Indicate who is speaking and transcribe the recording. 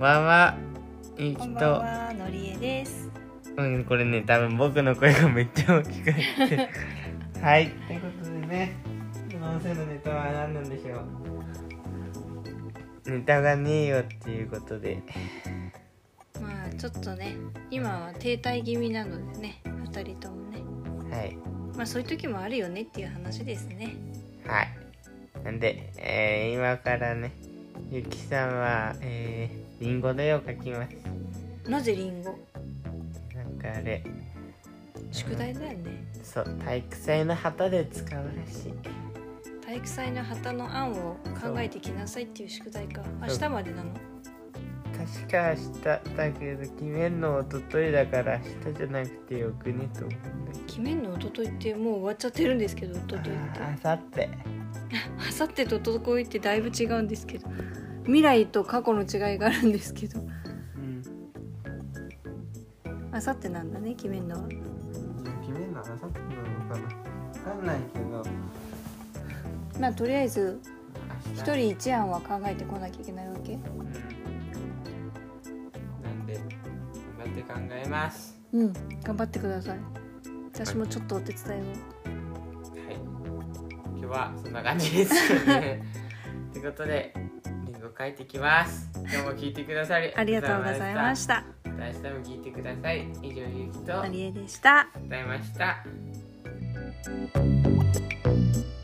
Speaker 1: ばんは。ゆき
Speaker 2: こんばん
Speaker 1: と、
Speaker 2: は、のりえです。
Speaker 1: うん、これね、多分僕の声がめっちゃ大きくなってる。 はい、ということでね、どうせのネタは何なんでしょう。ネタがねえよっていうことで、
Speaker 2: まあ、ちょっとね、今は停滞気味なのでね、二人ともね。
Speaker 1: はい、
Speaker 2: まあ、そういう時もあるよねっていう話ですね。
Speaker 1: はい。なんで、えー今からね、ゆきさんは、えー、リンゴの絵を描きます。
Speaker 2: なぜリンゴ。
Speaker 1: なんかあれ、
Speaker 2: 宿題だよね。
Speaker 1: そう、体育祭の旗で使うらしい。
Speaker 2: 体育祭の旗の案を考えてきなさいっていう宿題か。明日までなの。
Speaker 1: 確か明日だけど決めんの一昨日だから明日じゃなくてよくねと思うんだけ
Speaker 2: 決めんの一昨日ってもう終わっちゃってるんですけど、一昨日っ
Speaker 1: ど
Speaker 2: て。
Speaker 1: あさって
Speaker 2: 明後日と一昨日ってだいぶ違うんですけど。未来と過去の違いがあるんですけど。
Speaker 1: うん
Speaker 2: 明後日なんだね、決めんのは。
Speaker 1: 決めんのあさってなのかな分かんないけど
Speaker 2: まあ、とりあえず
Speaker 1: 明
Speaker 2: 一人一案は考えてこなきゃいけないわけ
Speaker 1: なんで頑張って考えます
Speaker 2: うん頑張ってください私もちょっとお手伝
Speaker 1: は
Speaker 2: いを
Speaker 1: い今日はそんな感じです ということでリンゴ書いてきます今日も聞いてくださり
Speaker 2: ありがとうございました
Speaker 1: ました明日も聞いてください以上ゆうきと
Speaker 2: マリエでした
Speaker 1: ございました